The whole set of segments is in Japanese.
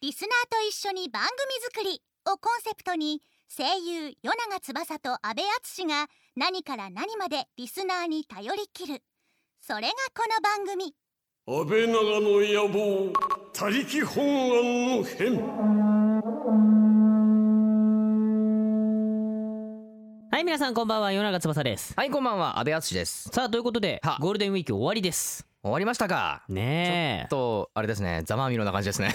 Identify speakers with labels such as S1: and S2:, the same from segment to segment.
S1: リスナーと一緒に番組作り」をコンセプトに声優与永翼と阿部淳が何から何までリスナーに頼りきるそれがこの番組
S2: 安倍長の野望他力本願の変
S3: はい、皆さんこんばんは、夜永翼です。
S4: はいこんばんは阿部敦です
S3: さあ、ということで
S4: は、
S3: ゴールデンウィーク終わりです。
S4: 終わりましたか
S3: ねえ。
S4: とあれですねざまみろな感 じですね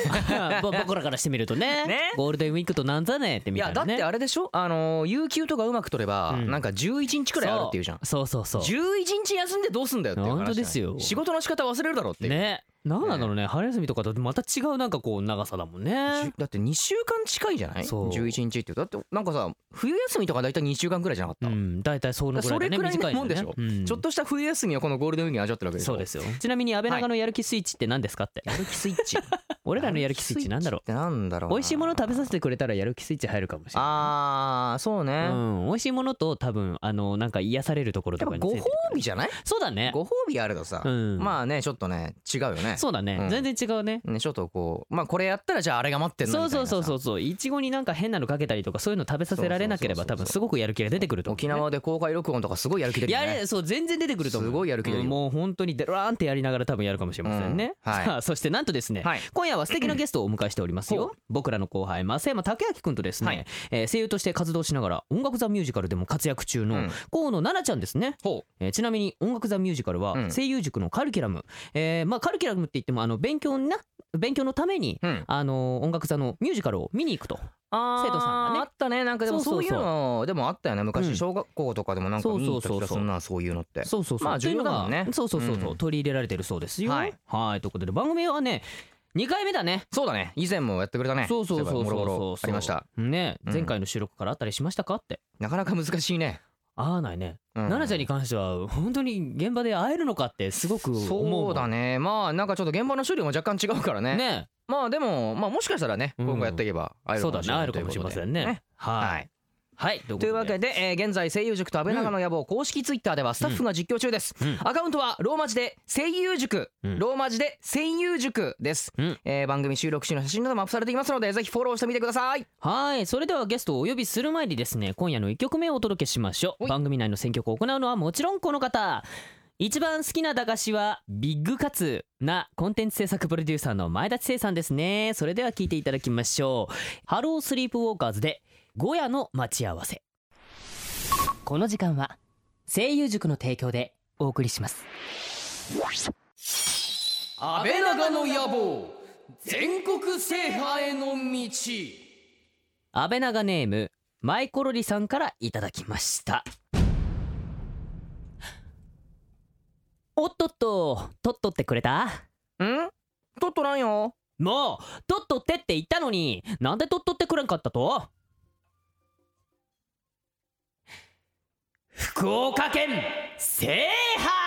S3: ぼ僕らからしてみるとね
S4: ね
S3: ゴールデンウィークとなんざねって
S4: い
S3: みた
S4: や
S3: い
S4: だ
S3: な
S4: っ
S3: ね
S4: てあれでしょあのー有給とかうまく取れば、
S3: うん
S4: なんか11日くらいあるっていうじゃん
S3: そうそうそうそ
S4: 11日休んでどうすんだよっていう話
S3: 本当ですよ
S4: 仕事の仕方忘れるだろっていうう
S3: ねなんなんだろうね春休みとかとまた違うなんかこう長さだもん
S4: じゅ
S3: ね
S4: だって2週間近いじゃない
S3: そう
S4: 11日ってだってなんかさ冬休みとか大体2週間くらいじゃなかっ
S3: う
S4: た、
S3: ん大体そのぐらい
S4: それ
S3: だね
S4: くらい
S3: 短
S4: の
S3: い
S4: もんでし
S3: ね
S4: ょ、
S3: うん
S4: ちょっとした冬休みはこのゴールデンウィークに味わってるわけでしょ
S3: そうですよちなみに安倍長のやる気スイッチって何ですかって
S4: やる気スイッチ
S3: 俺らのやる気スイッチなんだろ
S4: ってなんだろ
S3: う
S4: うな
S3: 美味しいもの食べさせてくれたらやる気スイッチ入るかもしれない
S4: あーそうね、
S3: うん、美味しいものと多分あのなんか癒されるところ
S4: や
S3: と
S4: っ
S3: か
S4: ぱ
S3: につい
S4: ご
S3: て
S4: 褒美じゃない
S3: そうだね
S4: ご褒美あるとさ、
S3: うん
S4: まあねちょっとね違うよね
S3: そうだね、
S4: うん
S3: 全然違うね
S4: ねちょっとこうまあこれやったらじゃああれが待ってんの
S3: そう
S4: みたい
S3: そう
S4: な
S3: そう
S4: さ
S3: そうそういちごになんか変なのかけたりとかそういうの食べさせられなければ
S4: そ
S3: 多
S4: うそうそうそう
S3: 分すごくやる気が出てくると思う、ね、
S4: 沖縄で公開録音とかすごいやる気出るよ
S3: や
S4: ね
S3: れそう全然出てくると思う
S4: すごいやる気出るよ
S3: うんもう本当にデローンってやりながら多分やるかもしれませんね、
S4: うんはい
S3: さあそしてなんとですね、
S4: はい
S3: 今夜は素敵なゲストをお迎えしておりますよ、
S4: ほ
S3: 僕らの後輩増山武明くんとですね、
S4: はい
S3: えー声優として活動しながら音楽座ミュージカルでも活躍中の
S4: うん
S3: 河野奈々ちゃんですね、
S4: ほ
S3: えーちなみに音楽座ミュージカル
S4: う
S3: は
S4: ん
S3: 声優塾のカリキュラム、えーまあカリキュラムって言ってもあの勉強な勉強のために、
S4: ううん
S3: あの音楽座のミュージカルを見に行くと
S4: あー
S3: 生徒さんがね
S4: あったねなんかでも
S3: そうそう
S4: そうい
S3: そう
S4: うのでもあったよね
S3: う
S4: 昔
S3: ん
S4: 小学校とかでもなんか
S3: そう
S4: 見
S3: そ
S4: に行
S3: う
S4: っ
S3: そうそう
S4: た気がするなそういうのって
S3: そうそうそう。
S4: まあ重要だも
S3: と
S4: んね
S3: いうのがそうそうそうそう、
S4: うん
S3: 取り入れられてるそうですよ。は
S4: はいい。
S3: ということで番組はね2回目だね。
S4: そうだね以前もやってくれたね
S3: そうそうそうそう
S4: いえば
S3: そう
S4: もろもろありました
S3: ね、
S4: うん
S3: 前回の収録からあったりしましたかって。
S4: なかなか難しいね
S3: ああないね。
S4: うん
S3: 奈々ちゃんに関しては本当に現場で会えるのかってすごく思うもん。
S4: そうだねまあなんかちょっと現場の処理も若干違うからね
S3: ね。
S4: まあでもまあもしかしたらね
S3: うん
S4: 今後やっていけば会え
S3: そ
S4: る
S3: うだ
S4: かもし
S3: ね
S4: れない
S3: 会えるかもしれませんね。
S4: ということで
S3: は
S4: はいい。
S3: はい。と
S4: というわけ
S3: で。
S4: で、えー現在声優塾と安倍長の野望公式ツイッターではスタッフが実況中です、
S3: うん
S4: アカウントはローマ字で声優塾、
S3: うん
S4: ローマ字で声優塾です、
S3: うん
S4: えー番組収録中の写真などもアップされていますのでぜひフォローしてみてください
S3: はいそれではゲストをお呼びする前にですね今夜の1曲目をお届けしましょう
S4: はい
S3: 番組内の選曲を行うのはもちろんこの方一番好きな駄菓子はビッグカツなコンテンツ制作プロデューサーの前田知世さんですねそれでは聴いていただきましょうハロースリープウォーカーズでゴヤの待ち合わせこの時間は声優塾の提供でお送りします
S4: 安倍長の野望全国制覇への道
S3: 安倍長ネームマイコロリさんからいただきましたおっとっととっとってくれた
S4: んとっとらんよ
S3: もうとっとってって言ったのになんでとっとってくれんかったと福岡県制覇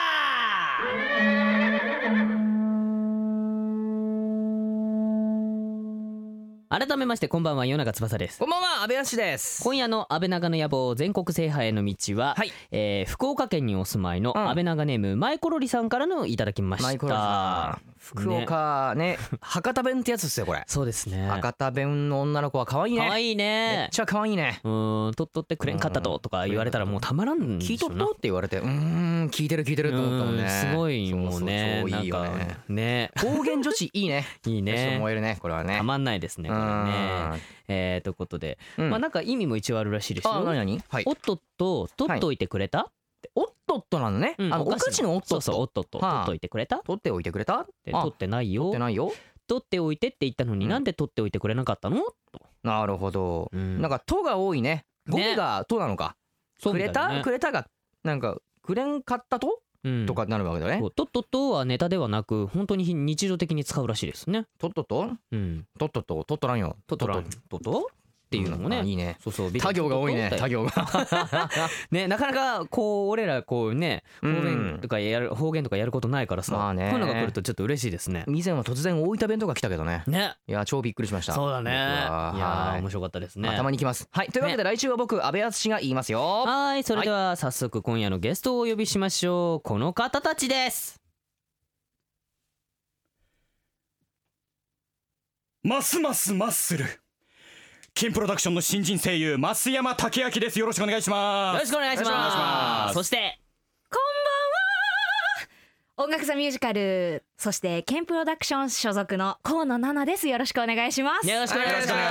S3: 改めましてこんばんは夜中翼です
S4: こんばんは安倍康です
S3: 今夜の安倍長の野望全国制覇への道は、
S4: はい
S3: えー福岡県にお住まいの
S4: うん
S3: 安倍長ネーム、マイコロリさんからのいただきま
S4: マ
S3: し
S4: イクロ
S3: た
S4: さん福岡ね 博多弁ってやつですよこれ
S3: そうですね
S4: 博多弁の女の子は可愛いね
S3: 可愛い
S4: め
S3: ね
S4: っちゃ可愛いね
S3: うーんとっとってくれんかったととか言われたらもうたまらんでしょ
S4: 聞いとっ
S3: う
S4: と
S3: な
S4: って言われてうーん聞いてる聞いてると思ったもん
S3: う
S4: ね
S3: ーんすごいもうね
S4: そうそうそういいよ
S3: なん
S4: ね
S3: かね
S4: 方言女子いいね
S3: いい
S4: ちょっ と
S3: ね
S4: 燃えるねこれはね
S3: たまんないですねこれねえー、ということで、
S4: うんうん
S3: まあなんか意味も一応あるらしいです
S4: あ
S3: よ
S4: 何何はい
S3: おっとっと取っといてくれた、
S4: おっとっとなのねあ
S3: うん
S4: のお菓子のおっと
S3: そ
S4: っ
S3: うそうお
S4: と
S3: っとっと
S4: は
S3: 取っ
S4: あ
S3: といてくれたっ
S4: 取っておいてくれた
S3: て
S4: あ
S3: 取ってないよ
S4: 取ってないよ
S3: 取っておいてって言ったのに、
S4: うん
S3: なんで取っておいてくれなかったのと、
S4: なるほど
S3: うん
S4: なんかとが多いね語尾がとなのか
S3: そう
S4: く
S3: み
S4: れ
S3: い
S4: た
S3: ね
S4: くれたがなんかくれんかったと
S3: うん
S4: とかになるわけだ
S3: そ
S4: ね
S3: うとっとっとはネタではなく本当に日常的に使うらしいですね
S4: とっとっと
S3: うん
S4: とっとっととっとらんよ
S3: とっとらんとっとっていうのもね、
S4: んあいいね
S3: そうそう
S4: 他行が多いね他
S3: 行
S4: 行が
S3: ねなかなかこう俺らこうね方
S4: う
S3: 言
S4: ん
S3: とかやる方言とかやることないからさ、
S4: まあね
S3: こういうのが来るとちょっと嬉しいです ね
S4: 以前は突然大分弁とか来たけどね
S3: ね
S4: いや超びっくりしました
S3: そうだねい
S4: 僕
S3: や
S4: はは
S3: ー
S4: い
S3: 面白かったですね
S4: まあたまに来ますはいというわけで来週は僕安倍敦が言いますよ
S3: はいそれでは早速今夜のゲストをお呼びしましょうこの方たちです
S5: ますますマッスル金プロダクションの新人声優増山武明ですよろしくお願いし
S3: よ
S5: ま
S3: ろし
S5: す
S3: くお願いし
S5: よろしくお願いし
S3: ま
S5: ます
S3: すそして
S6: 音楽座ミュージカルそしてケンプロダクション所属の河野奈々ですよろしくお願いします
S3: よろしくお願いし
S5: よろしくお願
S3: ま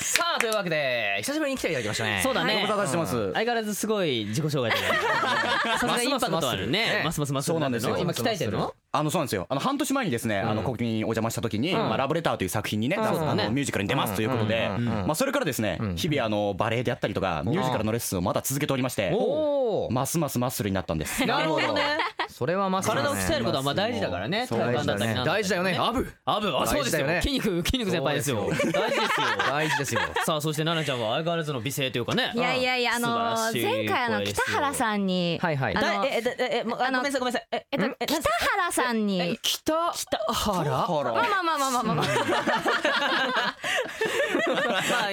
S4: さあというわけで久しぶりに来ていただきましたね
S3: すそうだ
S5: ご
S3: ね
S5: 無沙汰してます、
S3: 相変わらずすごい自己紹介でさすがインパクトあるねま
S4: ます
S3: ますます
S5: そうなんですよ
S3: 今鍛えてるの
S5: あのそうなんですよあの半年前にですね、あのここにお邪魔した時に、まあ、ラブレターという作品にね,、あ
S3: そうだ
S5: の
S3: ね
S5: ミュージカルに出ますということで、まあ、それからですね、日々あのバレエであったりとかミュージカルのレッスンをまだ続けておりまして
S4: おお
S5: ますますマッスルになったんです
S4: なるほどねそれはまさ
S3: 体を鍛えることはまあ大事だからね
S5: そう大事だね
S4: 大事だよねアブ
S3: あぶあそうですよ
S4: 大事だよね
S3: 筋肉筋肉先輩ですよ
S4: そう
S3: 大
S4: で
S3: 事です
S4: す
S3: よ
S4: 大事ですよ
S3: さあそして奈々ちゃんは相変わらずの美声というかね
S6: いやいやいやあの
S3: 素晴らしい
S6: 前回あの
S3: 声です
S6: 北
S3: よ
S6: 原さんに
S4: はいはい
S6: あの
S3: だええええもうあ
S6: あの
S3: ごめんなさいごめんなさいえ
S6: えっと北原さんに
S4: 北北原
S5: あら
S6: まあまあまあまあまあまあま
S3: ま
S6: あ
S3: あ
S6: にはね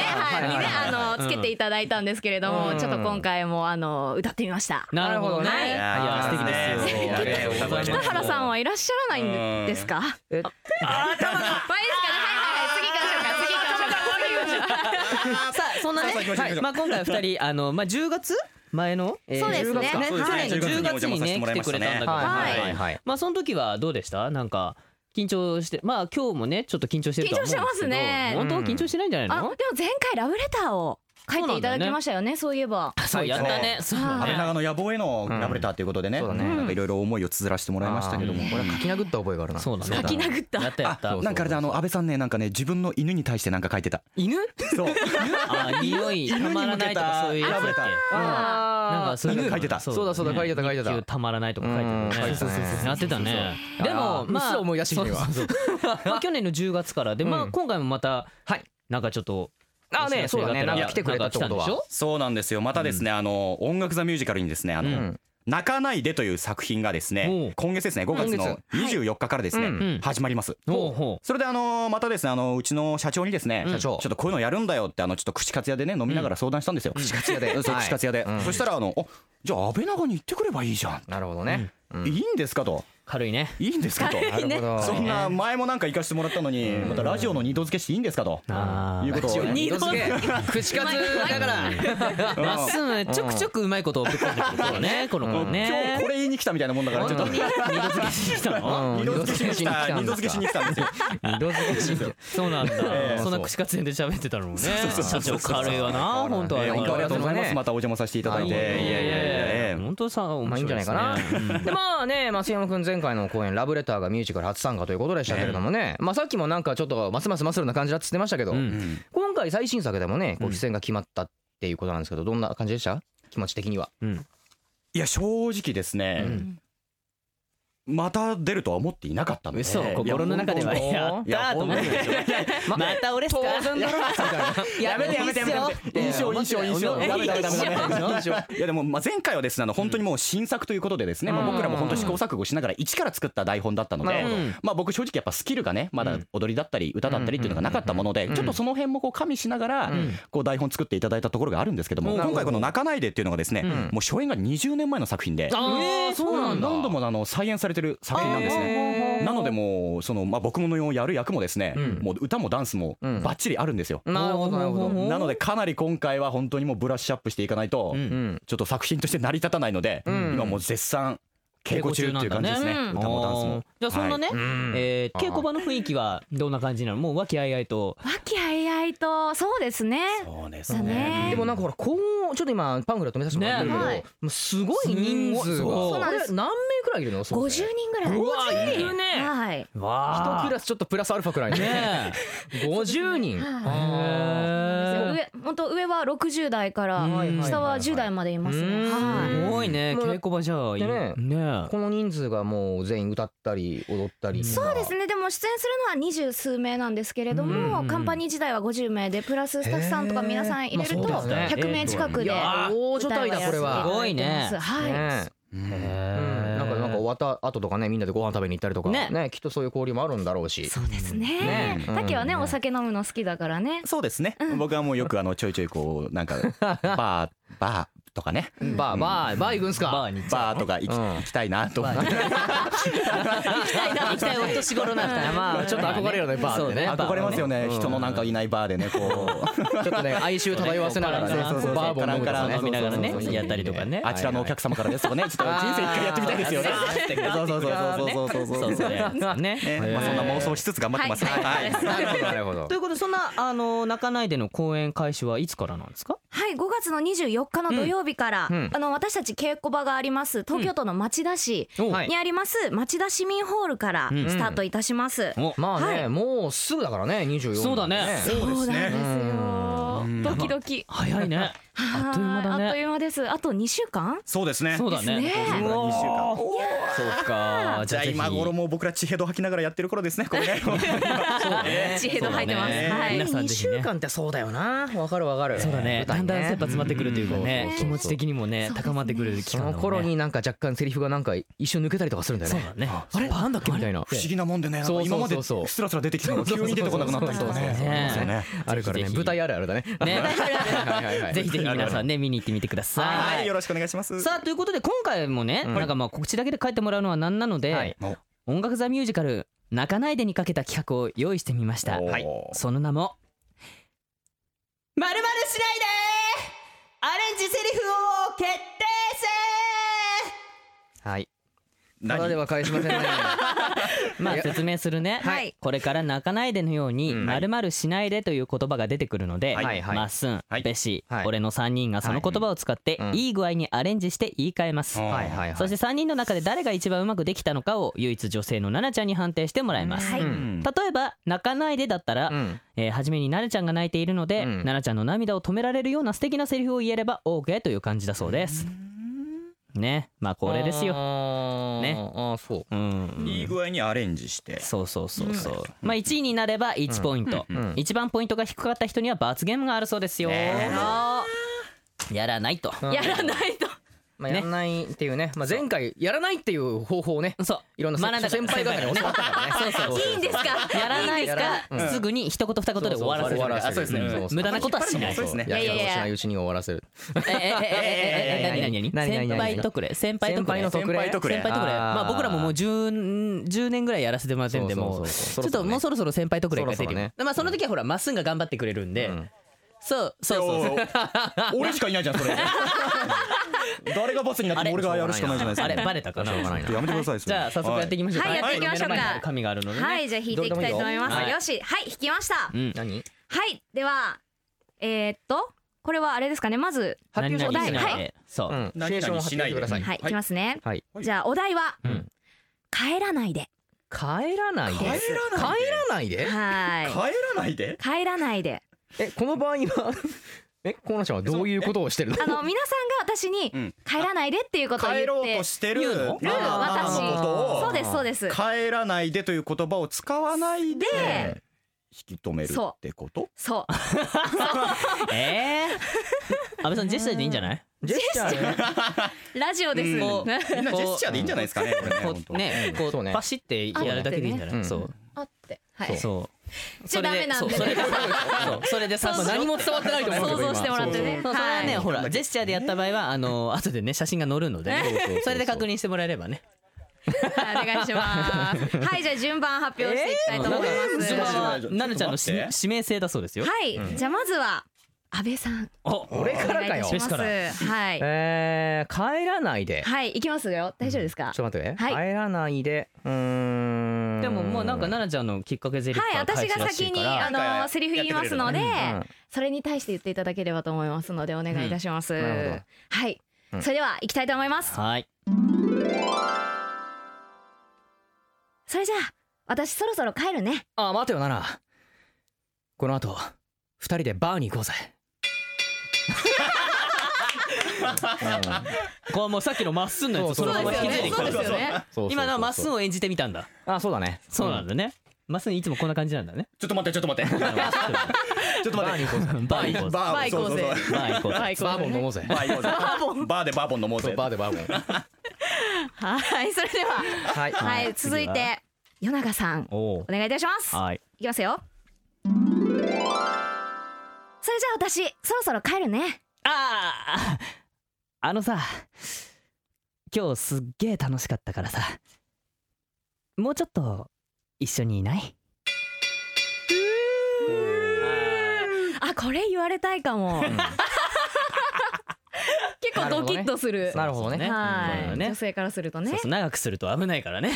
S4: はい
S6: はいに
S4: はい
S6: ね
S4: はい
S6: あのつけていただいたんですけれども
S4: うん
S6: ちょっと今回もあの歌ってみました
S3: なるほどね
S6: はい
S3: いやいや素敵ですよ
S5: いや
S3: ありがとうございます
S6: 北原さんはいらっしゃらないんですか
S4: え
S6: まあいいですかねはいはいはい次行きましょうか次行きましょうか次行きましょう
S3: さあそんなね
S5: さあ行きましょう
S3: はいまあ今回二人あのまあ10月前のえー
S6: そうですね
S3: 10月
S6: そう
S3: 去
S6: ですね
S3: 年の10月にね来てくれたんだけど
S4: はいは
S3: は
S4: いはいいはい
S3: まあその時はどうでしたなんか緊張してまあ今日もねちょっと緊張してるとは思うんですけど
S6: 緊張してますね
S3: 本当は緊張してないんじゃない
S6: あで
S3: の
S6: も前回ラブレターを書いていただきましたよねそういえば
S3: そうやったねそうだ
S5: 安倍
S3: ね
S5: 長の野望へのラブレターということでね,、
S4: そうだね
S5: なんかいろいろ思いを綴らせてもらいましたけども、
S4: あー
S5: これは
S4: 書き殴った覚えがあるな
S3: そうだね
S6: 書き殴った
S3: やったやった
S5: あなんかあれだあの安倍さんねなんかね自分の犬に対してなんか書いてた
S3: 犬
S5: そう
S3: あ匂いたまらないとかそういうやつだっけなん
S4: あ
S3: かそういうの
S5: 犬書いてた
S4: そうだそうだ書いてた書いてた
S3: 日給たまらないとか書いて
S4: うん
S3: た
S4: 書
S3: ね
S4: いてたね
S3: やってたねで
S4: あ
S3: も
S4: ーう
S3: ま
S4: っす
S3: あ
S4: ら思い出してきたわ
S3: そうそうそうまあ去年の10月からでまあ
S4: うん
S3: 今回もまた
S4: はい
S3: なんかちょっと
S4: あーねそうだねなんか来てくれたってこと
S3: なんか来たんでし
S4: は
S3: ょ
S5: そうなんですよまたですね、あの音楽座ミュージカルにですねあの、
S4: うん
S5: 泣かないでという作品がで
S3: お
S5: す
S3: う
S5: ね今月ですね5月の24日からですね、
S4: うん
S3: うん
S5: 始まります
S3: ほうほ
S5: それであのまたですねあのうちの社長にですね、
S4: 社長
S5: ちょっとこういうのやるんだよってあのちょっと口活屋でね飲みながら相談したんですよ、口活
S4: 屋で
S5: そう
S4: はい
S5: 口活屋で、
S4: うん
S5: そしたらあのおじゃあ安倍長に行ってくればいいじゃん、
S4: なるほどね
S5: いいんですかと
S3: う軽いね
S5: いいんですかと
S4: なるほど
S5: そんな前もなんか行かしてもらったのにまたラジオの二度付けしていいんですかと
S3: あー
S5: いうことをね
S4: 二度付け口数だから
S3: まっすぐちょくちょくうまいことをぶっ込んでくる頃ねこの
S5: もう
S3: 頃
S5: 今日
S3: ね
S5: これ言いに来たみたいなもんだからちょっと
S3: 二度付けしてきたの
S5: 二度付けしに来た二度付けしに来たんですよ
S4: 二度付けしに来た
S3: そうなん
S5: え
S3: だ
S5: え
S3: そんな口活演で喋ってたのもね
S5: そうそ
S3: 社
S5: うそ
S3: 長
S5: う
S3: 軽いわな本当は
S5: えー本当ありがとうございます。
S4: ね
S5: またお邪魔させていただいて。
S4: あいえいえいえ
S5: ええ
S3: 本当さ面
S4: まあいいん
S3: 白
S4: じ
S3: い
S4: ゃな
S3: で
S4: い
S3: す
S4: か
S3: ね
S4: な。でまあね、 松山くん前回の公演ラブレターがミュージカル初参加ということでしたけれどもね、まあさっきもなんかちょっとますますマスルな感じだって言ってましたけど、
S3: うん
S4: 今回最新作でもね、こう出演が決まったっていうことなんですけど、どんな感じでした？気持ち的には。
S3: うん
S5: いや正直です
S4: う
S5: ね。また出るとは思っていなかったので。
S3: 嘘
S5: いや
S3: 心の中では
S5: 本当
S3: やったと思ってるでしょまた俺っすか やめてやめてやめて
S5: 印象印象印象
S3: や
S5: ダメダメダメダメ
S3: 印象
S5: いやでもまあ前回はですねあの本当にもう新作ということでですね、まあ僕らも本当試行錯誤しながら一から作った台本だったの
S4: な
S5: で
S4: るほど、
S5: まあ僕正直やっぱスキルがねまだ踊りだったり歌だったりっていうのがなかったもので、ちょっとその辺もこう加味しながらこう台本作っていただいたところがあるんですけども、
S4: なるほ
S5: 今
S4: ど
S5: 回この泣かないでっていうのがですね、もう初演が20年前の作品で。
S3: あーそうなんだ
S5: 何度もあの再演されてる作品なんですね。なのでもうそのまあ僕ものやる役もですね、もう歌もダンスも
S4: うん
S5: バッチリあるんですよ。
S4: なるほどなるほど。うん
S5: なのでかなり今回は本当にもうブラッシュアップしていかないと、
S4: ん
S5: ちょっと作品として成り立たないので、
S4: ん
S5: 今もう絶賛稽古中っていう感じですね。
S3: 稽
S6: 古中なんだね
S5: 歌もダンスも。
S3: じゃあそんなね
S5: はい
S4: ん
S3: えー稽古場の雰囲気はどんな感じなのもう和気あいあいと
S6: 和気あいあいとそうですね
S5: そうです
S6: だね
S4: でもなんかほら、こうちょっと今パンフレット目指してもらってるけど、
S6: ねはい
S4: もうすごい人数が。
S3: そう
S6: なん
S4: こ
S6: で
S4: れ
S6: す
S4: 何名くらいいるの？
S6: 50人ぐらいう
S3: わいるね
S6: はい
S3: わ
S4: 一クラスちょっとプラスアルファくらいね。
S3: ね
S4: 50人。
S3: え
S6: 上本当上は60代から
S4: はいはいはい
S6: 下は10代までいますねはい
S3: すごいね稽古場じゃあいい
S4: でね
S3: ね
S4: この人数がもう全員歌ったり踊ったり
S6: そうですねでも出演するのは二十数名なんですけれども、カンパニー時代は50名でプラススタッフさんとか皆さん入れると
S4: へーまあそうだね
S6: 100名近くで
S4: いやー大所帯だこれは
S6: 歌をやらせていただいてますはい、
S4: ねえうんなんかなんか終わった後とかねみんなでご飯食べに行ったりとか
S3: ね
S4: ねきっとそういう交流もあるんだろうし
S6: そうですね
S4: ねえ
S6: だけはね、お酒飲むの好きだからね
S5: そうですね。僕はもうよくあのちょいちょいこうなんかバーバーとかね
S4: バーバーバー行くんすか
S3: バーに行っちゃう
S5: バーとか行き,、
S4: うん
S5: 行きたいなと思って
S3: 行きたいな行きたいお年頃なんだなま
S4: まあちょっと憧れるよねバーってね
S5: 憧れますよね
S4: うん
S5: 人のなんかいないバーでねこう
S4: ちょっとね哀愁漂わせながらね
S5: そうそうそう
S4: バーボン飲むとかね
S5: カランカラン
S3: 飲みながらねやったりとかね
S5: あちらのお客様からですとかねちょっと人生一回やってみたいですよねそうそうそうそうそうそうそうそう
S3: ねね
S5: ねまあそんな妄想しつつ頑張ってます
S6: は
S5: は
S6: い
S5: い
S4: なるほどなるほど
S3: ということでそんなあの中内での公演開始はいつからなんですか
S6: はい、5月の24日の土曜日から、
S4: うんうん
S6: あの私たち稽古場があります東京都の町田市
S3: お
S4: はい
S6: にあります町田市民ホールから
S3: うん
S6: スタートいたします。
S3: お
S4: まあ
S6: は
S4: ね
S6: い
S4: もうすぐだからね24
S3: そうだね
S6: そう
S4: う
S6: なんですよ。ドキドキ。
S3: 早いねあっという間だ
S6: はいあっと
S3: ね
S6: いう間です。あと2週間。
S5: そうですね
S3: そうだね
S6: ですね
S3: うわーそうか
S5: じゃあ
S3: ぜひ
S5: 今頃もう僕ら血ヘド吐きながらやってる頃ですねこれね
S6: 地平道入ってます。
S3: そうだね
S6: は
S3: 皆
S6: い。
S3: さん
S4: 2
S3: ぜひね
S4: 週間ってそうだよなわかるわかる
S3: そうだね
S4: 舞台
S3: だんだん切羽詰まってくるというか
S4: うん
S3: ね
S4: そうそう
S3: 気持ち的にもね高まってくる期
S4: そ
S3: 間だも
S4: の
S3: んね
S4: 頃になんか若干セリフがなんか一瞬抜けたりとかするんだよ
S3: そうだ
S4: ね
S3: ねあれなんだっけ
S4: みたいな
S5: 不思議なもんでねなんか今まで
S4: そうそうそうそう
S5: スラスラ出てきたのが急に出てこなくなったりとか
S4: そう
S5: ね
S4: そうそう
S5: そうね
S4: あるからね
S3: ぜひぜひ
S4: 舞台あるあるだね
S3: ね
S4: はいはいは い
S3: ぜひぜひ皆さんね見に行ってみてください
S5: はいよろしくお願いします
S3: さあということで今回もね、
S4: うん
S3: なんかまあ告知だけで書いてもらうのはなんなので、
S4: はい
S5: お
S3: 音楽座ミュージカル泣かないでにかけた企画を用意してみました
S5: おー
S3: その名もまるまるしないでアレンジセリフ王決定
S4: はいた
S5: 何
S4: だでは返しませんね
S3: 戦まあ説明するね、
S6: はい
S3: これから泣かないでのように
S4: うん
S3: まるまるしないでという言葉が出てくるので、
S4: はいはい
S3: まっすん、
S5: はい
S3: べし、
S4: はい
S3: 俺の3人がその言葉を使って、
S4: はい
S3: い
S4: うん
S3: い具合にアレンジして言い換えます、
S5: うん
S4: はいはいはい
S3: そして3人の中で誰が一番うまくできたのかを唯一女性の奈々ちゃんに判定してもらいます、
S6: は
S5: う
S6: い。
S5: ん
S3: 例えば「泣かないで」だったら、
S4: うん
S3: えー初めに奈々ちゃんが泣いているので、
S4: うん
S3: 奈々ちゃんの涙を止められるような素敵なセリフを言えれば OK という感じだそうです、ねまあこれですよ
S4: よ
S3: ね
S4: ああそ
S3: う
S4: う
S3: ん
S5: いい具合にアレンジして
S3: そうそうそうそう、まあ1位になれば1ポイント、
S4: んうん
S3: 一番ポイントが低かった人には罰ゲームがあるそうですよ、
S5: ね
S3: やらないと
S6: やらないと。
S4: まあやらないっていうねまあ前回やらないっていう方法をね
S3: そう
S4: いろんな
S3: 学んだから
S4: 先輩方に教わったからねそうそうそう
S6: いいんですか。
S3: やらない
S4: いいんですか
S3: か、
S4: うん
S3: すぐに一言二言で終わらせる
S4: そうそう終わらせ
S3: あ
S4: る
S3: そうですね
S4: うんそうそう
S3: 無駄なことはしない
S5: そうですね
S4: や
S6: いやいやいや
S4: やらないうちに終わらせる
S3: ええええええええ何何
S4: 何
S3: 何
S4: 何何
S3: 先輩とくれ先輩とくれ
S4: 先輩の特例
S5: 先輩とくれ
S3: 先輩とくれ
S4: あー
S3: まあ僕らももう 10, 10年ぐらいやらせてもらってるんで
S4: そうそう
S3: もうち
S4: そ
S3: ょっ
S4: うそうそろそろ
S3: と
S4: ね
S3: もうそろそろ先輩とくれが出て
S4: そろ
S3: る
S4: そろね
S3: まあその時はほらまっすんが頑張ってくれるんで、
S4: ん
S3: そうそうそうそう
S5: おー俺しかいないじゃんそれ誰がバスになっても俺がやるしかないじゃないですか
S3: あれバレたかな
S5: ちょっとやめてください
S3: じゃあ早速やっていきましょうか、
S6: はいはいやっていきましょうか
S3: 目の前に紙があるのでね、
S6: はい、じゃあ弾いていきたいと思い
S3: どうでもい
S6: ま
S3: い
S6: す。
S3: よ
S6: よし、はい、弾きました。
S3: うん
S4: 何
S6: はい、では、えーっと、これはあれですかね。まず、
S4: 発表
S3: 何々しないで、
S6: は
S3: そう、
S4: うんシチュエ
S5: 何
S4: ーションを
S5: 々
S4: 発
S5: し
S4: 表
S5: な
S4: して
S5: い
S4: く
S5: で
S4: ださい
S6: はい、いきますね。
S4: はい
S6: じゃあお題は
S3: うん
S6: 帰らないで。
S4: 帰らないで
S5: 帰らないで
S4: 帰らないで
S6: は
S5: 帰らないで
S6: い。帰らないで。
S4: えこの場合は えコーナちゃんはどういうことをしてるの
S6: あの皆さんが私に
S5: うん
S6: 帰らないでっていうことを言っ
S5: 帰ろう
S6: て
S5: と、して
S3: 言う
S5: る
S3: の
S5: ママ
S6: 私
S5: の
S6: そう
S5: こ
S6: ですそうです
S5: とを。帰らないでという言葉を使わないで
S6: で
S5: 引き止めるってこと
S6: そう。
S3: え ー、安倍さんジェスチャーでいいんじゃない
S4: ジェスチャーね
S6: ラジオです。
S5: うん
S6: こう
S5: みんなジェスチャーでいいんじゃないですかねこれね
S3: こ
S5: 本当
S3: うねこ
S4: そう
S3: う
S4: ね
S3: パシってやるだけでいいんじゃない、
S4: うん
S3: そう
S6: あって。はい。
S3: そう。
S6: じゃあダメなんで
S3: それでそうそれでさ、
S6: そう
S3: まあ何も伝わってないと思うけど
S6: 想
S3: 今
S6: 像してもらってね。
S3: そうそれはね、
S6: はい
S3: ほらジェスチャーでやった場合はあの後でね写真が載るのでね、それで確認してもらえればね。
S6: お願いします。はい、じゃあ順番発表していきたいと思います。
S5: えー難しい
S3: ななるちゃんの
S5: ちょっと待って
S3: 指名制だそうですよ。
S6: はい、じゃあまずは安倍さん。
S3: お、
S4: 俺か
S6: お願
S4: ら
S6: いい
S4: かよ
S6: たします。
S3: から
S6: はい。
S4: えー帰らないで
S6: はい、行きますよ。大丈夫ですか。
S4: ちょっと待ってね
S6: はい
S4: 帰らないでうーん
S3: でももうなんかなるちゃんのきっかけゼリフ
S6: はい、
S3: から返
S6: 私
S3: し
S6: が
S3: らし
S6: 先
S3: いか
S6: に
S3: ら。
S6: あ
S5: なん
S6: の
S5: か
S6: セリフ言いますので、
S4: うんうん
S6: それに対して言っていただければと思いますのでお願いいたします。
S4: んなるほど
S6: はい、
S4: うん
S6: それでは行きたいと思います。
S3: はい。
S6: それじゃあ私そろそろ帰るね。
S4: あ待てよななこの後二人でバーに行こうぜ
S3: こうもうさっきのまっすんのやつ
S4: そ
S3: そうのまま
S4: そう
S3: 引き継いできた
S6: そう。ですよね。
S3: 今のはまっすん
S4: ん
S3: を演じてみたんだ。
S4: あそうだね
S3: そうなんだね。まっすんいつもこんな感じなんだ ね。
S5: ちょっと待ってちょっと待ってちょっと待って
S3: バー行こうぜ。
S5: バーそうそうそう
S3: バー行こうぜ。
S4: バーボン飲もうぜ
S5: バー行こうぜバーでバーボン飲もう
S4: そ
S5: ぜ
S4: うバーでバーボン
S6: はい、それでは
S4: はい
S6: はい、
S3: はい
S6: 続いて与永さん
S3: お
S6: お
S3: お。
S6: 願いいたします。い
S3: はい。
S6: きますよ。それじゃあ私そろそろ帰るね。
S3: あああのさ今日すっげえ楽しかったからさもうちょっと一緒にいない
S6: あこれ言われたいかも 結構ドキッとする
S4: なるほどね
S3: そうだ
S6: は
S3: よ
S6: い
S3: ね
S6: 女性からするとね
S3: そうそう長くすると危ないから ね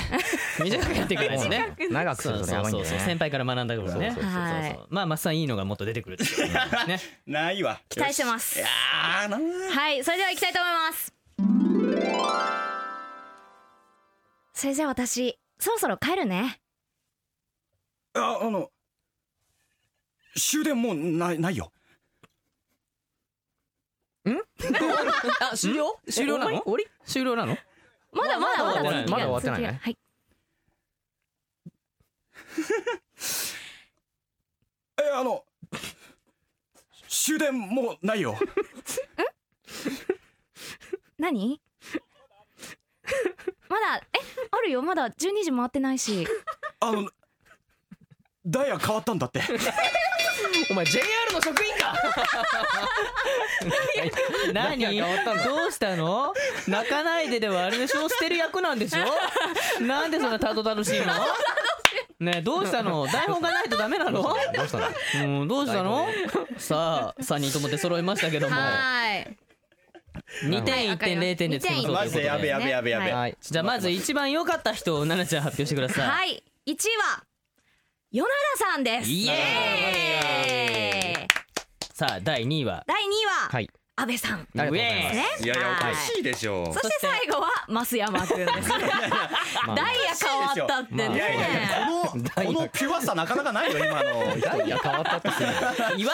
S3: 短くやっていかないとね
S4: 長くす
S3: そう
S4: るとね
S3: そ
S4: や
S3: う
S4: ばいん
S3: そう
S4: だ
S3: そう
S4: よね
S3: 先 輩から学んだからね
S5: そう
S6: そうそうそうはい
S3: まあマッさんいいのがもっと出てくるでしょうねね
S5: ないわ
S6: 期待してま
S5: い
S6: す
S5: やーな
S6: はいそれでは行きたいと思いますそれじゃあ私そろそろ帰るね
S5: ああの終電もうないないよ
S3: あ終了終了なの終わり終了なの
S6: まだまだまだ続きが
S4: まだ終わってないね
S6: 続きがはい
S5: えあの終電もうないよ
S6: 何 まだえあるよまだ12時回ってないし
S5: あのダイヤ変わったんだって
S4: お前 JR の職員 か
S3: 何
S4: 何が変わったんだ
S3: どうしたの泣かないでではあれでしょ捨てる役なんでしょなんでそんなたどたどしいのねえどうしたの台本がないとダメなの
S4: どうしたの
S3: うんどうしたのさあ3人とも出揃いましたけども
S6: はい
S3: 2点1点0点でつきまそうということ
S5: マジでやべ
S3: で
S5: やべやべやべ
S4: はい
S3: じゃあまず一番良かった人を奈々ちゃん発表してください
S6: はい1位はヨナダさんです
S3: イエ
S6: イエーイ
S3: さあ第2位は
S6: 第2位は、
S4: はい
S6: 安倍さ
S4: あ
S6: ん
S4: りがとうございます
S6: ね
S2: いやいやお
S6: は
S2: か
S6: い
S2: しいでしょう
S6: そして最後は増山君です
S4: まあ
S6: ダイヤ変わったってね、
S4: まあ
S5: いやいやいやこのこのピュアさなかなかないよ今の
S4: ダイヤ変わったってす
S3: 言
S4: ごい
S3: わね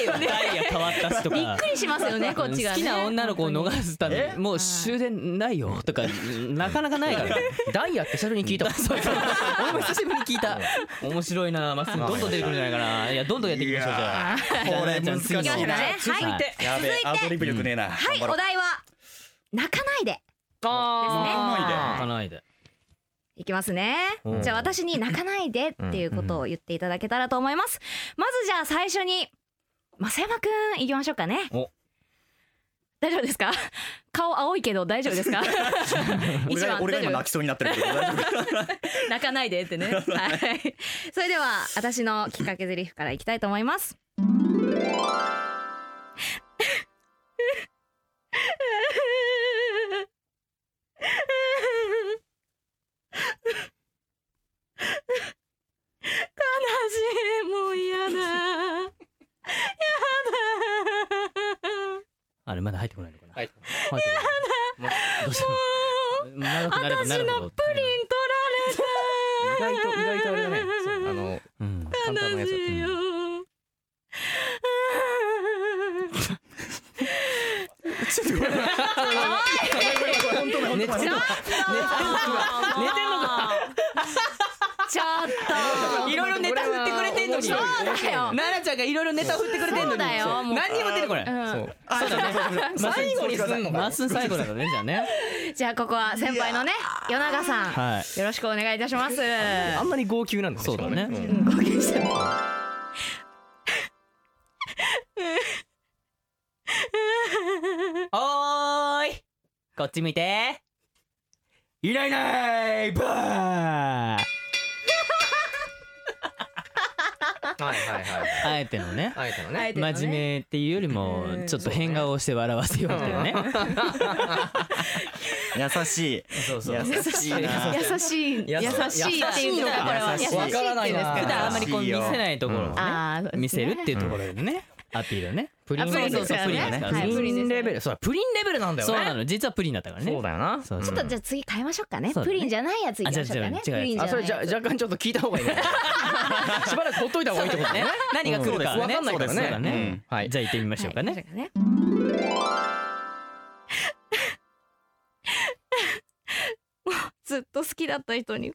S3: えよダイヤ変わったしとか
S6: びっくりしますよ ねこっちが、ね、
S3: 好きな女の子を逃すためにもう終電ないよとかなかなかないから
S4: ダイヤって久しぶりに聞いた
S3: そうそう俺も久しぶりに聞いた面白いなまっすぐどんどん出てくるんじゃないかないやどんどんやっていきましょうじゃあ
S5: これ難しいな
S3: じゃあ
S6: いきましょうね
S3: 次
S6: はい
S5: やべえアドリブ力ねえな、
S6: はいお題は泣かないで
S3: 泣か
S6: あ
S3: ないで
S6: いきますね、
S4: うん
S6: じゃあ私に泣かないでっていうことを言っていただけたらと思います、まずじゃあ最初に増山くんいきましょうかね
S3: お
S6: 大丈夫ですか顔青いけど大丈夫 ですか一
S5: 俺が
S6: 番
S5: 俺が
S6: 大
S5: 今
S6: 丈夫
S5: 泣きそうになってるけど大丈夫
S6: 泣かないでっ てね。はい。それでは私のきっかけ台詞からいきたいと思います。悲しいもう嫌だ。やだ。
S3: あれまだ入ってこないのかな入ってこないもうどうしたの長くなればなるほど
S4: 意外と意外とあれだねそうあの
S3: うん
S4: 簡単なやつだった
S6: よ。
S3: 寝てんのか
S5: 本当だ本当だ
S3: 寝てんのか
S6: ちょっと。
S3: いろいろネタ振ってくれてんのに
S6: そう
S3: 奈
S6: だよ。
S3: 々ちゃんがいろいろネタ振ってくれてんの
S6: そう
S3: に
S6: だよ。もう
S3: 何にも出てこない
S4: そう
S5: そうだね
S3: 最後にすんのまっすん最後だからねじゃあね
S6: じゃあここは先輩のね、与永さん、
S3: はい
S6: よろしくお願いいたします。
S4: あんまり号泣なんだ
S3: そうだね
S4: うん
S6: うん、ご機嫌しても。
S3: おーいこっち向いていないいないばー
S4: はいはいはい
S3: あえてのね
S4: あえてのね
S3: 真面目っていうよりも
S6: うん
S3: ちょっと変顔をして笑わせようみたいなね
S5: 優しい
S3: そうそう
S5: 優しいな
S6: 優しい、優しいっていうのがこれは
S5: 優しい
S6: 優しいっていうんです
S4: わ
S3: 普段あんまりこう見せないところをね
S6: ああ、。
S3: 見せるっていううところでねアピールをね
S4: プリン
S6: あプリン
S3: そう
S6: です
S3: そう
S6: か
S3: そ
S6: ら
S3: うプリ
S6: ね
S3: ンですから
S6: は
S3: ね
S6: い
S4: プリンレベルそうだプリンレベルなんだよ
S3: そうな
S4: ね
S3: の実はプリンだったからね
S4: そうだよな
S3: そう
S6: ちょっとじゃあ次変えましょうかね。
S3: そうだ
S6: プ
S3: ね
S6: リンじゃないやついきましょうかね
S3: あ。
S6: プ
S3: 違う違う違う
S6: リンじゃ
S4: あそ
S6: な
S4: れ
S6: い
S4: じゃ
S6: やつ。
S4: 若干ちょっと聞いた方がいいねしばらくほっといた方がいいってことね
S3: ね何が来るか
S4: わ
S3: ね
S4: かんないから
S3: そうだ
S4: ね
S3: ね
S4: うんはい
S3: じゃあ行ってみましょうか
S6: は
S3: ね
S6: い。行きましょうかねずっと好きだった人に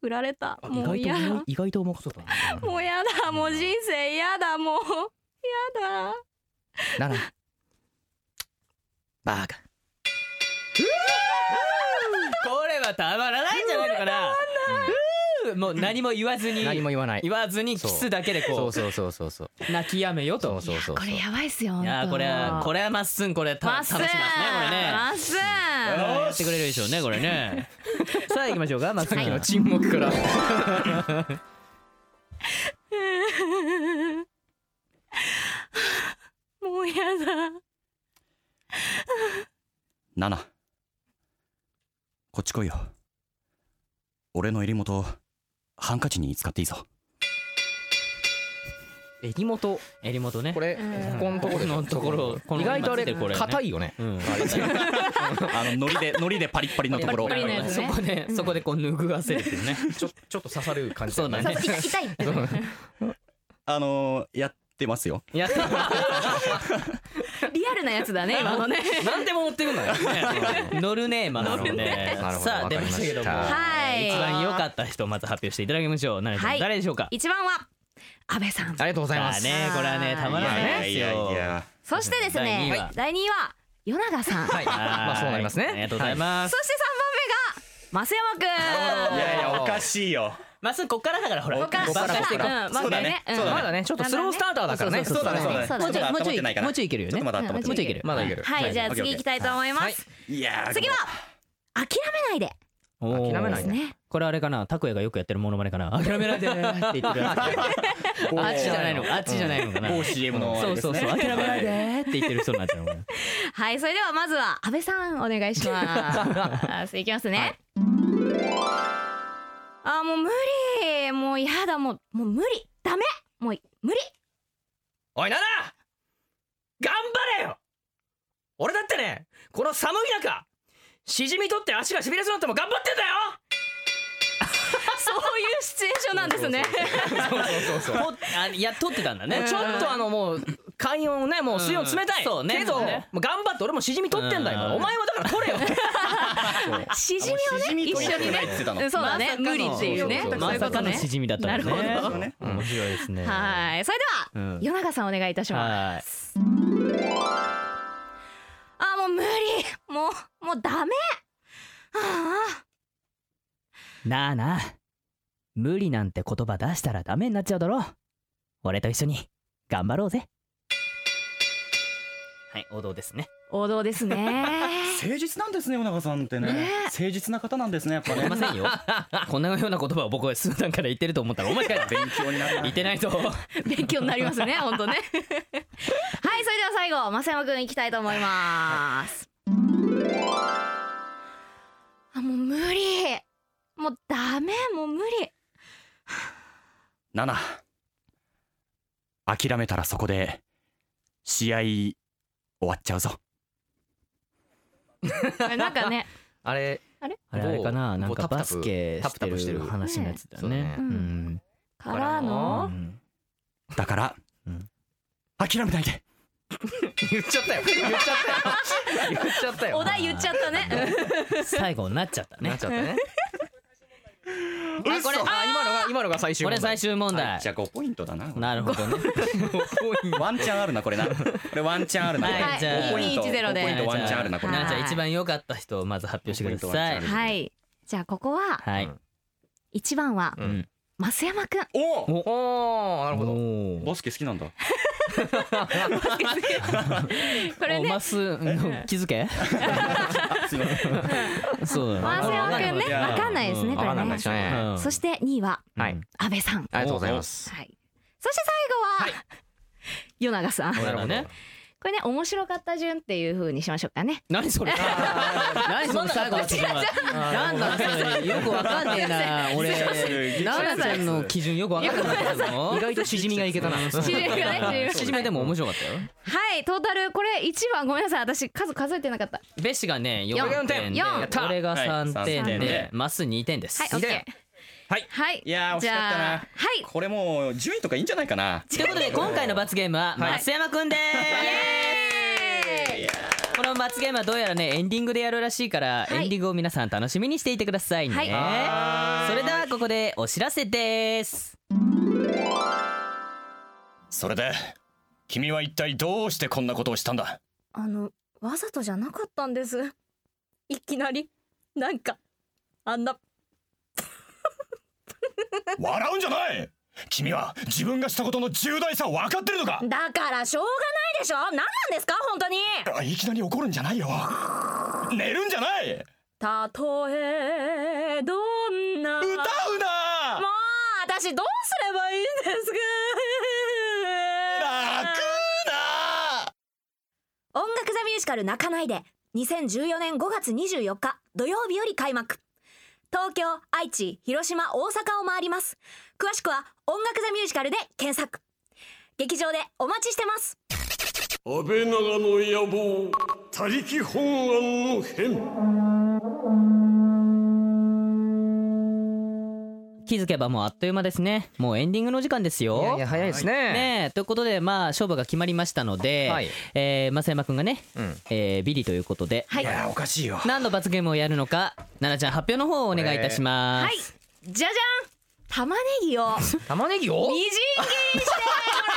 S6: 振られた。もう嫌。
S4: 意外と重くそうだな
S6: もうやだ、もう人生やだ、もう。やだ。
S4: ならバーカ
S3: これはたまらないんじゃないのかな。ううもう何も言わずに
S4: 何も言わない
S3: 言わずにキスだけで
S4: そ
S3: こ
S4: うそうそうそうそう
S3: う泣きやめよ
S4: そ
S3: と
S4: うそうそう
S6: これやばいっすよ
S3: いやーこれはこ
S6: れ
S3: れはまっすんこれた
S6: ま
S3: 楽
S6: っ
S3: し
S6: す
S3: み
S6: ー
S3: ですねこれね
S6: まっすー
S3: やってくれるでしょうねこれねさあ行きましょうかまっすん
S4: そう沈黙から
S6: もうやだ
S5: ナナこっち来いよ俺の襟元をハンカチに使っていいぞ
S4: 襟元
S3: 襟元ね
S4: これ
S6: うん
S4: ここのところ
S3: このところこの
S4: 意外とあ
S3: 今ついてるこれ
S4: れ
S3: ね
S4: 硬いよね
S3: うん
S5: あのノリでノリでパリッパリのところ
S6: パリッパリのやつ
S3: そ
S6: ね
S3: こでそこでこう拭わせるっていうね
S4: ちょちょっと刺さる感じ
S3: そうだ ね
S6: 痛い痛い って
S5: あのやってますよ
S3: いや
S6: リアルなやつだね今のね
S3: 何でも持ってくんだよね 乗るねまだのね
S4: なるほど
S3: さあ
S4: わか
S3: 出
S4: り
S3: ま
S4: ま
S3: し
S4: したた
S3: けども
S6: はい
S3: 一番良かった人をまず発表していただきましょう奈々ちゃ
S6: は
S3: ん
S6: い
S3: 誰でしょうか
S6: 一番は安倍さん
S4: ありがとうございま
S3: さあ
S4: す
S3: ねこれはねたまらないですよ
S6: そしてです
S3: 第二
S6: ね
S3: 位は
S6: 第2位は与永さんそして
S4: はいまあそうなりますね
S3: ありがとうございます
S6: 3番目が増山くん
S5: いやいやおかしいよ
S3: まっすぐこっからだからほら
S6: ここから
S3: 挽回していこう
S6: うん挽回ね
S5: そうだねそうだ
S4: まだねちょっとスロースターターだからね
S3: そうそうそう
S5: そうだね
S6: そうだね
S5: ちょっと
S3: もうちょ
S5: 温まっ
S3: い
S5: てないかな
S3: もうちょいいけるよ
S5: ちょ
S3: ね
S5: っとまだ温まって
S3: もうちょいい
S5: な
S3: け
S5: い
S3: るよ
S4: まだいける
S6: はいじゃ
S5: オ
S6: あ
S5: ッケー
S6: 次行きたいと思いま
S4: はい
S6: す
S5: いやー
S6: 次は諦めないで
S3: おー
S4: 諦めな
S6: で
S4: い
S6: すね
S3: これあれかな拓哉がよくやってるモノマネかな諦めないでーって言 ってるやつあっちじゃないのあっちじゃないのかな
S5: 某 CM のあ
S3: そ
S5: れ
S3: う
S5: です
S3: そう
S5: ね
S3: そう諦めないでーって言ってる人になっちゃうのかな
S6: はいそれではまずは安倍さんお願いしますいきますねあーもう無理もうやだもうもう無理ダメもう無理
S4: おいなら頑張れよ俺だってねこの寒い中しじみ取って足がしびれそうになっても頑張ってんだよ
S6: そういうシチュエーションなんですね
S4: そうそ う
S3: とあいや撮ってたんだね
S4: ちょっとあのもう海温をねもう水温冷たい、
S3: うんそうね
S4: けど、
S3: そうね
S4: もう頑張って俺もしじみ取ってんだよ、
S3: うん
S4: お前はだから 取れよ
S6: しじみを
S5: しじ
S6: ね
S5: み
S6: 一
S5: 取り
S6: 緒に
S5: たくない
S6: ね
S5: って言ってたの
S6: うんそうだね無理っていうね
S4: そうそう
S6: そう
S3: ま
S6: いうこ
S3: さ
S6: と
S3: かの
S6: ね
S3: しじみだったのね
S6: なるほど
S3: ね面白いですね
S6: はいそれでは
S3: うん
S6: 与永さんお願いいたします
S3: はい
S6: あーもう無理もうもうダメあ
S3: なあなあ無理なんて言葉出したらダメになっちゃうだろ俺と一緒に頑張ろうぜはい王道 ですね
S6: ー王道ですね
S5: 誠実なんですね与永さんってね
S6: ね
S5: 誠実な方なんですねやっぱ
S3: わかり
S5: ね
S3: ませんよ こんなような言葉を僕はスーダンから言ってると思ったらお前しか
S5: 勉強になるな
S3: 言ってないぞ
S6: 勉強になりますね本当ねはいそれでは最後増山くんいきたいと思いますあもう無理もうダメもう無理
S5: ナナ諦めたらそこで試合終わっちゃうぞ
S6: これなんかね
S4: あれ
S3: あれあれかななんか
S4: もうタプタプ
S3: バスケ
S4: タプタプ
S3: し
S4: してて
S3: る
S4: る
S3: 話のやつだよ
S4: ね
S3: ね
S4: え
S3: う
S6: そうだ
S3: ん
S6: ねからの
S3: うん
S5: だから、
S3: うん
S5: 諦めないで
S4: 言っちゃったよ言っちゃったよ言っちゃったよ
S6: お題言っちゃったね
S3: 最後になっちゃった
S4: な
S3: ね
S4: っちゃったね
S5: これ
S4: あ今のが 今のが最終
S3: これ
S4: 問
S3: 最
S4: 題
S3: 終問題
S5: じゃあ5ポイントだなこれ
S3: なるほどね
S5: ワンチャンあるなこれなこれワンチャンあるなこれ
S3: はいじゃあ
S5: 5ポイント
S6: 1210
S5: 5
S6: で
S5: ポイントワンチャンあるなこれ
S6: はい
S3: なあちゃん一番良かった人をまず発表してください
S6: はいじゃあここは
S3: はい
S6: 一番は
S3: うん
S6: 増山くん
S5: おお
S4: おおなるほど
S5: バスケ好きなんだ
S6: これね
S3: マスうん気づ け
S5: すいません
S3: そうだね
S6: 増山くんね
S5: いや
S6: わかんないですねこ
S4: わ
S6: れ
S4: かんないで
S6: ね
S4: したね
S3: うん
S6: そして2位は
S4: はい
S6: 安倍さん
S4: ありがとうございます
S6: はい。そして最後は、与永さん。こ
S3: なるほどね
S6: れね、面白かった順っていう風にしましょうかね。
S3: 何それ 何その最後の基準 はなんだそ れよくわかんねえな 俺奈々ちゃんの基準よくわかんなかったぞ
S4: 意外としじみがい けたな
S6: 知り合いがね
S3: しじ
S6: 知り合
S3: め
S6: い
S3: でも面白かったよ
S6: はい、トータルこれ一番ごめんなさい、私数数えてなかった。
S3: ベシがね4
S6: 四
S3: 点で
S6: 四やった
S3: 俺が3
S5: はい三
S3: 点
S5: 点
S3: で
S5: で
S3: マス2点です
S6: はい、オッケー。
S5: はい
S6: はい。
S5: いやー惜しかったな
S6: じゃあはい。
S5: これもう順位とかいいんじゃないかな
S3: ということで今回の罰ゲームは増山くんで
S6: イエーイ
S3: すこの罰ゲームはどうやらねエンディングでやるらしいから
S6: はい
S3: エンディングを皆さん楽しみにしていてくださいね
S6: はい
S3: それではここでお知らせです
S2: それで君は一体どうしてこんなことをしたんだ
S6: あの、わざとじゃなかったんです。いきなり、なんか、あんな、
S5: 笑うんじゃない君は自分がしたことの重大さを分かってるのか
S6: だからしょうがないでしょ何なんですか本当に
S5: あいきなり怒るんじゃないよ寝るんじゃない
S6: たとえどんな
S5: 歌うな
S6: もう私どうすればいいんですか
S5: 泣くな
S6: 音楽ザミュージカル泣かないで2014年5月24日土曜日より開幕東京愛知広島大阪を回ります詳しくは音楽ザミュージカルで検索劇場でお待ちしてます
S2: 安倍長の野望他力本願の変
S3: 気づけばもうあっという間ですねもうエンディングの時間ですよ
S4: いやいや早いですね。
S3: ねえということでまあ勝負が決まりましたので、
S4: はい
S3: えー、増山くんがね、
S4: うん
S3: えービリということで、
S6: はい
S4: いやおかしいよ。
S3: 何の罰ゲームをやるのか奈々ちゃん発表の方をお願いいたします、
S6: はいじゃじゃん玉ねぎをみじん
S4: 玉ねぎを
S6: 切りに してもらい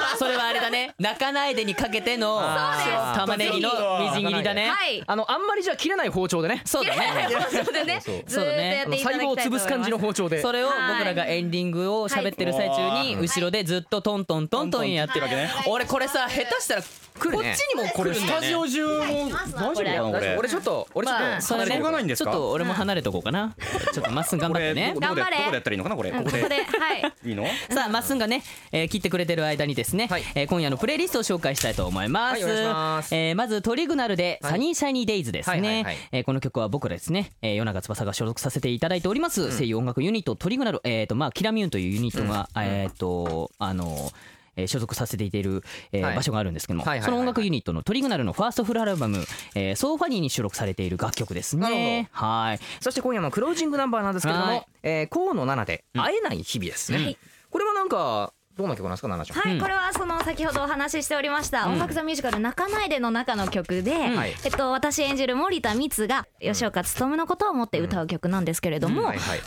S6: ます
S3: それはあれだね泣かないでにかけての
S4: そうです
S3: 玉ねぎのみじん切りだね
S6: はい
S4: あのあんまりじゃあ切れない包丁でね。
S3: そうだね
S6: そうでね
S4: そうそう
S6: ずーっとや
S4: あ
S6: っ
S4: の
S6: ていた
S4: 細
S6: だきたい
S4: 胞
S6: と
S4: を
S6: 思い
S4: 潰
S6: ます
S4: す感じの包丁で。
S3: それを
S6: はい
S3: 僕らがエンディングを喋ってる最中に
S5: はい
S3: 後ろでずっとトントントントンやってるわけね俺これさ下手したらこ
S4: 来るね
S3: っちにも来るんだよね
S5: 中も大丈夫かな
S4: 大丈夫俺ちょっと俺ちょっと
S6: まあ
S3: それね
S5: しょうがないんですか
S3: ちょっと俺も離れとこうか なちょっとまっすん頑張ってね
S5: これどこで
S6: 頑張れ
S5: どこでやったらいいのかなこれ
S6: うん
S5: ここ
S6: こ
S5: で
S6: こではい
S5: いいの
S3: さあまっすんがね、えー切ってくれてる間にですね、
S4: はい
S3: えー今夜のプレイリストを紹介したいと思います,、
S4: はいお願いします
S3: えーまずトリグナルで「
S4: はい
S3: サニーシャイニーデイズですね、
S4: はいはいはい
S3: えーこの曲は僕らですね、えー、与永翼が所属させていただいております、声優音楽ユニットトリグナル、えーとまあ、キラミューンというユニットが、えーとあのえー所属させていている、えー
S4: はい
S3: 場所があるんですけども、
S4: はいはいはいはい
S3: その音楽ユニットのトリグナルのファーストフルアルバム「えーソーファニー」に収録されている楽曲です
S4: なる
S3: ね。はい
S4: そして今夜のクロージングナンバーなんですけれど
S3: はい
S4: も、えー河野奈々で会えない日々ですね。これはなんかどんな曲なんですか奈々ちゃん。
S6: はい、これはその先ほどお話ししておりました「音楽座ミュージカル泣かないで」の中の曲で、
S4: んはい
S6: えっと、私演じる森田光が吉岡勉のことを思って歌う曲なんですけれども、
S4: はいはい。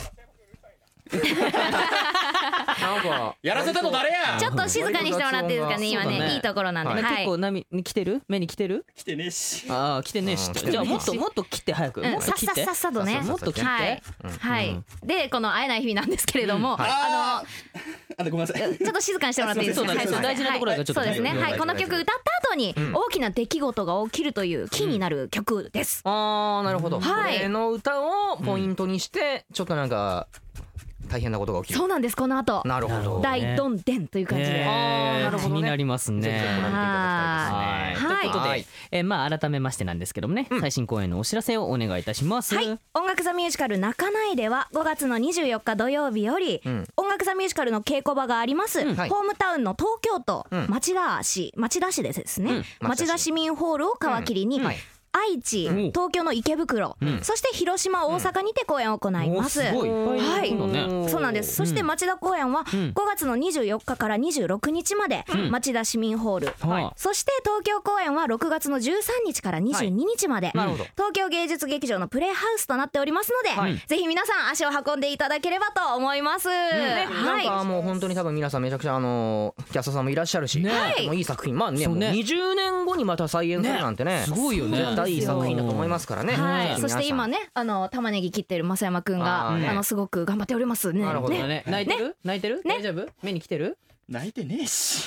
S4: なんか
S5: やらせたの誰や
S6: ちょっと静かにしてもらっていいですかね
S4: そう
S6: 今
S4: だ
S6: ね
S3: ね
S6: いいところなん
S4: は
S6: で、はいい
S3: 結構波に来てる目に来てる
S5: 来てねえし
S3: ああ来てねえし
S4: うん
S3: っ
S4: 来
S3: て
S4: てねえし
S3: じゃあもっともっと切って早く
S6: う
S3: も
S6: ん、
S3: っ
S6: さ
S3: と
S6: っ
S3: 切っ
S6: さってさっさとね
S3: もっと切って
S6: はい、はい、でこの「会えない日々」なんですけれども、あの
S5: あごめんなさい
S6: ちょっと静かにしてもらっていいですか
S3: そうだね
S6: はい
S3: そう大事なところだからちょっと
S6: はいそうですね
S3: は
S6: はいいこの曲歌った後に大きな出来事が起きるというキーになる曲です、
S4: あーなるほど。こ
S6: はい
S4: れの歌をポイントにしてちょっとなんか大変なことが起きる
S6: そ。うなんですこの後
S4: なるほど。
S6: 大どんでんという感じで、
S3: えー
S4: あーなるほど
S3: 気
S4: ね
S3: になります
S4: ぜひ
S3: ね
S4: ぜひご覧いただ
S3: は
S4: きた
S3: いと
S4: いですね。
S6: はい
S3: いうこと
S4: は
S3: で、えーまあ改めましてなんですけどもね、最新公演のお知らせをお願いいたします。
S6: はい、音楽座ミュージカル泣かないでは5月の24日土曜日より、
S4: ん
S6: 音楽座ミュージカルの稽古場があります、
S4: はい
S6: ホームタウンの東京都、町田市町田市ですですね、町田市民ホールを皮切りに、
S4: はい
S6: 愛知、
S3: ん
S6: 東京の池袋、そして広島大阪にて公演を行い
S3: おー
S6: ます、
S3: すごいいっぱい
S6: は
S3: やるんだね。
S6: い、そうなんです。そして町田公演は5月の24日から26日まで町田市民ホール、
S3: はい
S6: そして東京公演は6月の13日から22日まで、
S4: なるほど
S6: 東京芸術劇場のプレイハウスとなっておりますので、
S4: はい
S6: ぜひ皆さん足を運んでいただければと思います。
S4: なんかもう本当に多分皆さんめちゃくちゃあのキャストさんもいらっしゃるし、
S3: ね
S4: とてもいい作品まあ
S3: そ
S4: ね
S3: う
S4: もう
S3: ね
S4: 20年後にまた再演するなんてね
S3: すごいよね
S4: 絶対いい作品だと思いますからね。
S6: はい、
S4: ぜひ皆
S6: そ
S4: さん
S6: して今ねあの玉ねぎ切ってる増山くん
S4: あ
S6: があ、
S4: ーね
S6: のすごく頑張っておりますね。
S4: なるほど
S6: ね
S3: そうだね泣いてる泣いてる大丈夫目に来てる
S5: 泣いてねえし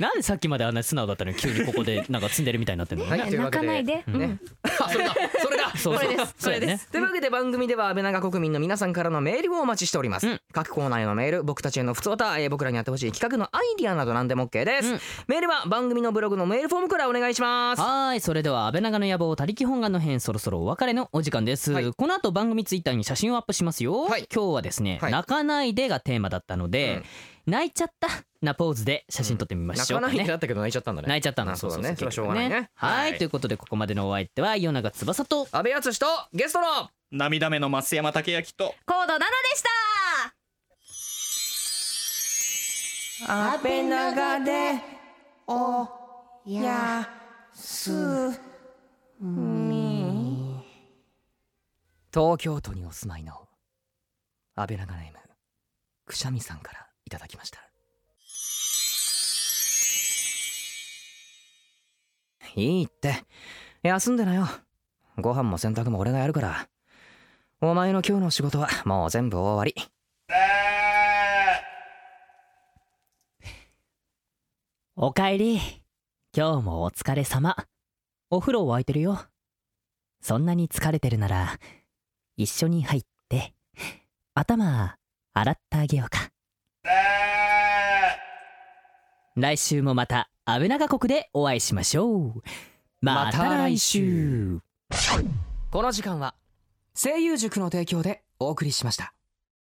S3: なんでさっきまであんな素直だったのに急にここでなんか積んでるみたいになってんの
S4: はいというわ
S6: 泣
S4: け
S6: かないで、うん
S4: ね、あそれだそれだ
S3: そうそう
S6: これです
S3: それです
S4: というわけで番組では安倍長国民の皆さんからのメールをお待ちしております、
S3: うん
S4: 各コーナーへのメール僕たちへの普通歌、えー僕らにやってほしい企画のアイディアなど何でも OK です、
S3: うん
S4: メールは番組のブログのメールフォームからお願いします
S3: はいそれでは安倍長の野望他力本願の編そろそろお別れのお時間です、
S4: はい
S3: この後番組ツイッターに写真をアップしますよ、
S4: はい
S3: 今日はですね、
S4: はい
S3: 泣かないでがテーマだったので、泣いちゃったなポーズで写真撮ってみま
S4: 泣
S3: しょ
S4: か
S3: うか
S4: ない
S3: ね
S4: だったけど泣いちゃったんだね
S3: 泣いちゃったの
S4: あそうだねそれ
S3: 結
S4: はしょう
S3: 局
S4: がないね
S3: はい、ということでここまでのお相手は夜長翼と
S4: 安倍敦とゲストの
S5: 涙目の増山武明と
S6: コード7でした。
S7: 安倍長でおや
S4: 東京都にお住まいの安倍長ネームくしゃみさんからいただきましたいいって休んでなよご飯も洗濯も俺がやるからお前の今日の仕事はもう全部終わり
S3: おかえり今日もお疲れ様お風呂沸いてるよそんなに疲れてるなら一緒に入って頭洗ってあげようか来週もまた安倍長国でお会いしましょうまた来週
S4: この時間は声優塾の提供でお送りしました